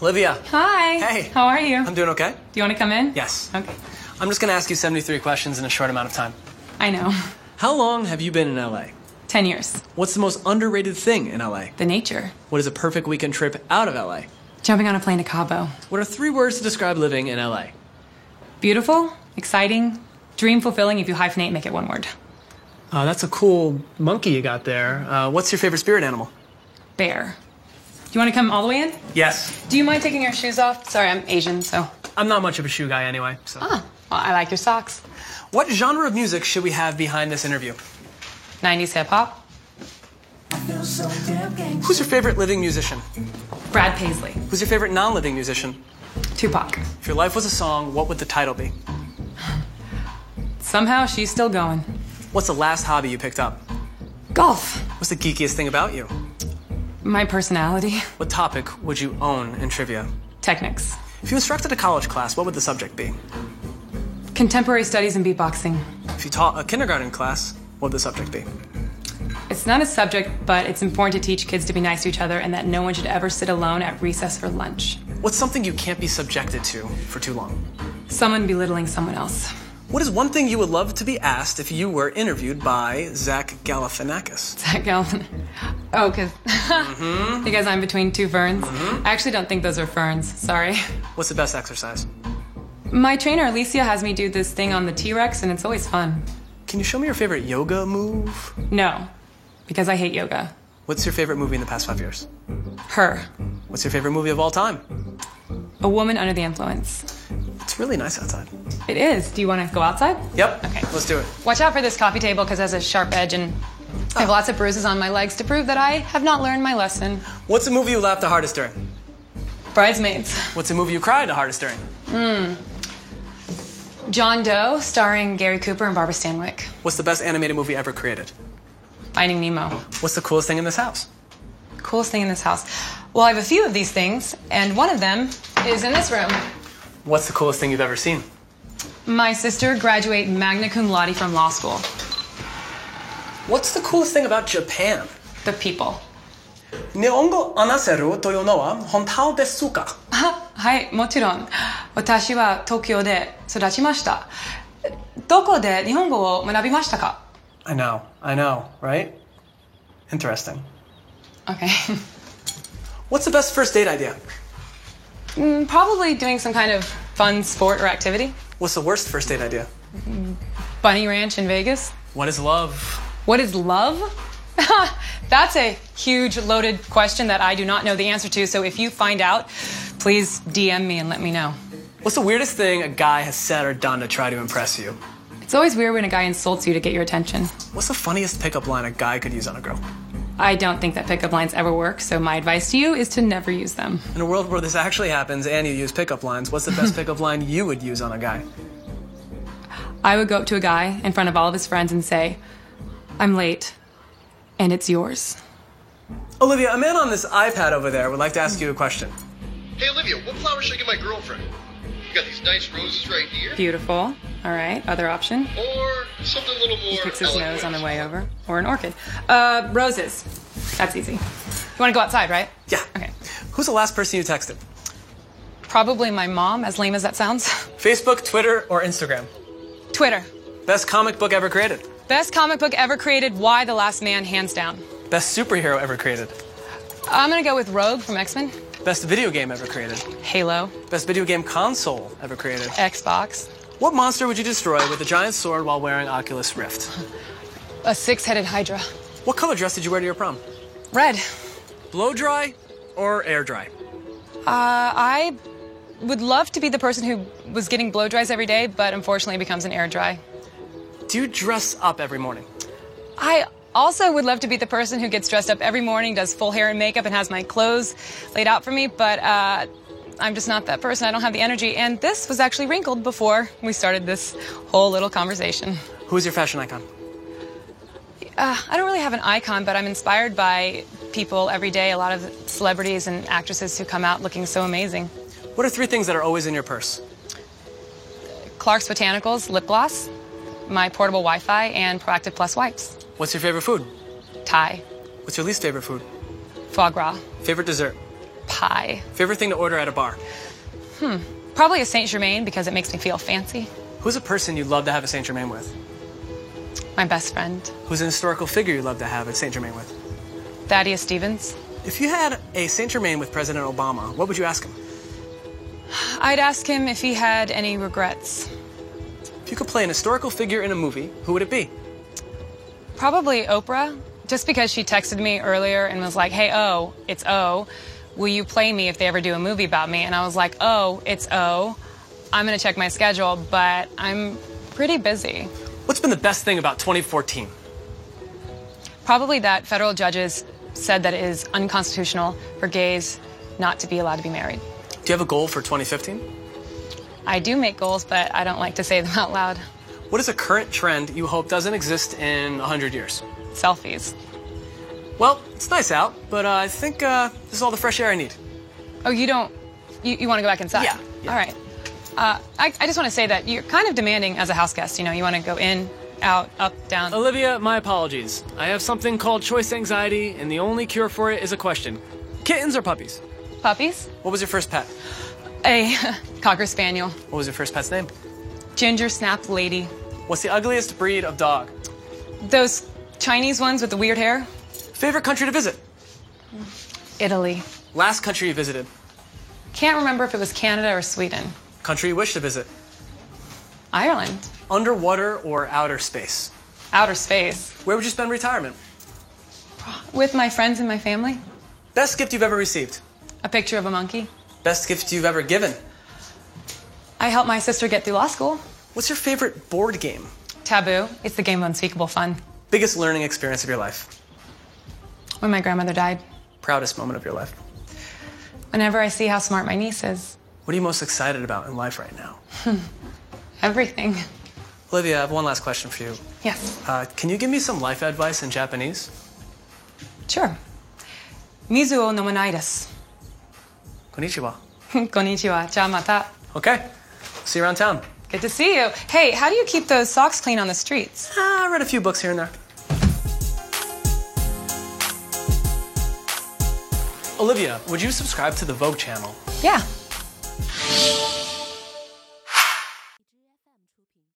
Olivia. Hi. Hey. How are you? I'm doing okay. Do you want to come in? Yes. Okay. I'm just going to ask you 73 questions in a short amount of time. I know. How long have you been in LA? 10 years. What's the most underrated thing in LA? The nature. What is a perfect weekend trip out of LA? Jumping on a plane to Cabo. What are three words to describe living in LA? Beautiful, exciting, dream fulfilling if you hyphenate, make it one word. Uh, that's a cool monkey you got there. Uh, what's your favorite spirit animal? Bear. Do you want to come all the way in? Yes. Do you mind taking your shoes off? Sorry, I'm Asian, so. I'm not much of a shoe guy anyway. So. Ah, well, I like your socks. What genre of music should we have behind this interview? 90s hip hop. Who's your favorite living musician? Brad Paisley. Who's your favorite non living musician? Tupac. If your life was a song, what would the title be? Somehow she's still going. What's the last hobby you picked up? Golf. What's the geekiest thing about you? My personality. What topic would you own in trivia? Technics. If you instructed a college class, what would the subject be? Contemporary studies in beatboxing. If you taught a kindergarten class, what would the subject be? It's not a subject, but it's important to teach kids to be nice to each other and that no one should ever sit alone at recess or lunch. What's something you can't be subjected to for too long? Someone belittling someone else. What is one thing you would love to be asked if you were interviewed by Zach Galifianakis? Zach Galvin. Oh, because Mm-hmm. because I'm between two ferns. I actually don't think those are ferns. Sorry. What's the best exercise? My trainer Alicia has me do this thing on the T-Rex, and it's always fun. Can you show me your favorite yoga move? No, because I hate yoga. What's your favorite movie in the past five years? Her, What's your favorite movie of all time? a woman under the influence. It's really nice outside. It is. Do you want to go outside? Yep. Okay. Let's do it. Watch out for this coffee table because it has a sharp edge and I have lots of bruises on my legs to prove that I have not learned my lesson. What's a movie you laughed the hardest during? Bridesmaids. What's a movie you cried the hardest during? John Doe, starring Gary Cooper and Barbara Stanwyck. What's the best animated movie ever created? Finding Nemo. What's the coolest thing in this house? Coolest thing in this house. Well, I have a few of these things, and one of them is in this room. What's the coolest thing you've ever seen? My sister graduate magna cum laude from law school. What's the coolest thing about Japan? The people. Nihongo anaseru to you hontao desu ka? はい、もちろん。私は東京で育ちました。どこで日本語を学びましたか I know, I know, right? Interesting. Okay. What's the best first date idea? Mm, Probably doing some kind of fun sport or activity. What's the worst first date idea? Bunny Ranch in Vegas. What is love? What is love? That's a huge loaded question that I do not know the answer to. So if you find out, please DM me and let me know. What's the weirdest thing a guy has said or done to try to impress you? It's always weird when a guy insults you to get your attention. What's the funniest pickup line a guy could use on a girl? I don't think that pickup lines ever work, so my advice to you is to never use them. In a world where this actually happens and you use pickup lines, what's the best pickup line you would use on a guy? I would go up to a guy in front of all of his friends and say, I'm late, and it's yours. Olivia, a man on this iPad over there would like to ask you a question. Hey Olivia, what flower should I get my girlfriend? You got these nice roses right here, Beautiful. All right, other option. or something a little more. Fix his eloquent? nose on the way over, or an orchid. Uh, roses. That's easy. You want to go outside, right? Yeah. Okay. Who's the last person you texted? Probably my mom, as lame as that sounds. Facebook, Twitter, or Instagram? Twitter. Best comic book ever created. Best comic book ever created, Why the Last Man, hands down. Best superhero ever created. I'm going to go with Rogue from X Men, Best video game ever created. Halo, Best video game console ever created. Xbox, What monster would you destroy with a giant sword while wearing Oculus Rift? a six headed Hydra. What color dress did you wear to your prom? Red. Blow dry or air dry? Uh, I would love to be the person who was getting blow dries every day, but unfortunately becomes an air dry. Do you dress up every morning? I also would love to be the person who gets dressed up every morning, does full hair and makeup, and has my clothes laid out for me, but uh, I'm just not that person. I don't have the energy. And this was actually wrinkled before we started this whole little conversation. Who is your fashion icon? Uh, I don't really have an icon, but I'm inspired by people every day, a lot of celebrities and actresses who come out looking so amazing. What are three things that are always in your purse? Clark's Botanicals lip gloss, my portable Wi Fi, and Proactive Plus wipes. What's your favorite food? Thai, What's your least favorite food? foie gras, Favorite dessert? pie. Favorite thing to order at a bar? Probably a Saint Germain because it makes me feel fancy. Who's a person you'd love to have a Saint Germain with? My best friend, Who's an historical figure you'd love to have a Saint Germain with? Thaddeus Stevens. If you had a Saint Germain with President Obama, what would you ask him? I'd ask him if he had any regrets. If you could play an historical figure in a movie, who would it be? Probably Oprah, just because she texted me earlier and was like, hey, oh, it's O. Will you play me if they ever do a movie about me? And I was like, oh, it's O. I'm going to check my schedule, but I'm pretty busy. What's been the best thing about 2014? Probably that federal judges said that it is unconstitutional for gays not to be allowed to be married. Do you have a goal for 2015? I do make goals, but I don't like to say them out loud. What is a current trend you hope doesn't exist in 100 years? Selfies. Well, it's nice out, but uh, I think uh, this is all the fresh air I need. Oh, you don't. You, you want to go back inside? Yeah, yeah. All right. Uh, I, I just want to say that you're kind of demanding as a house guest. You know, you want to go in, out, up, down. Olivia, my apologies. I have something called choice anxiety, and the only cure for it is a question kittens or puppies? Puppies? What was your first pet? A cocker spaniel. What was your first pet's name? Ginger snap lady. What's the ugliest breed of dog? Those Chinese ones with the weird hair. Favorite country to visit? Italy. Last country you visited? Can't remember if it was Canada or Sweden. Country you wish to visit? Ireland. Underwater or outer space? Outer space. Where would you spend retirement? With my friends and my family. Best gift you've ever received? A picture of a monkey. Best gift you've ever given? I helped my sister get through law school. What's your favorite board game? Taboo. It's the game of unspeakable fun. Biggest learning experience of your life? When my grandmother died. Proudest moment of your life? Whenever I see how smart my niece is. What are you most excited about in life right now? Everything. Olivia, I have one last question for you. Yes. Uh, can you give me some life advice in Japanese? Sure. Mizuo no manaidas. Konnichiwa. Konnichiwa. Cha mata. Okay. See you around town. Good to see you. Hey, how do you keep those socks clean on the streets? Ah, I read a few books here and there. Olivia, would you subscribe to the Vogue channel? Yeah.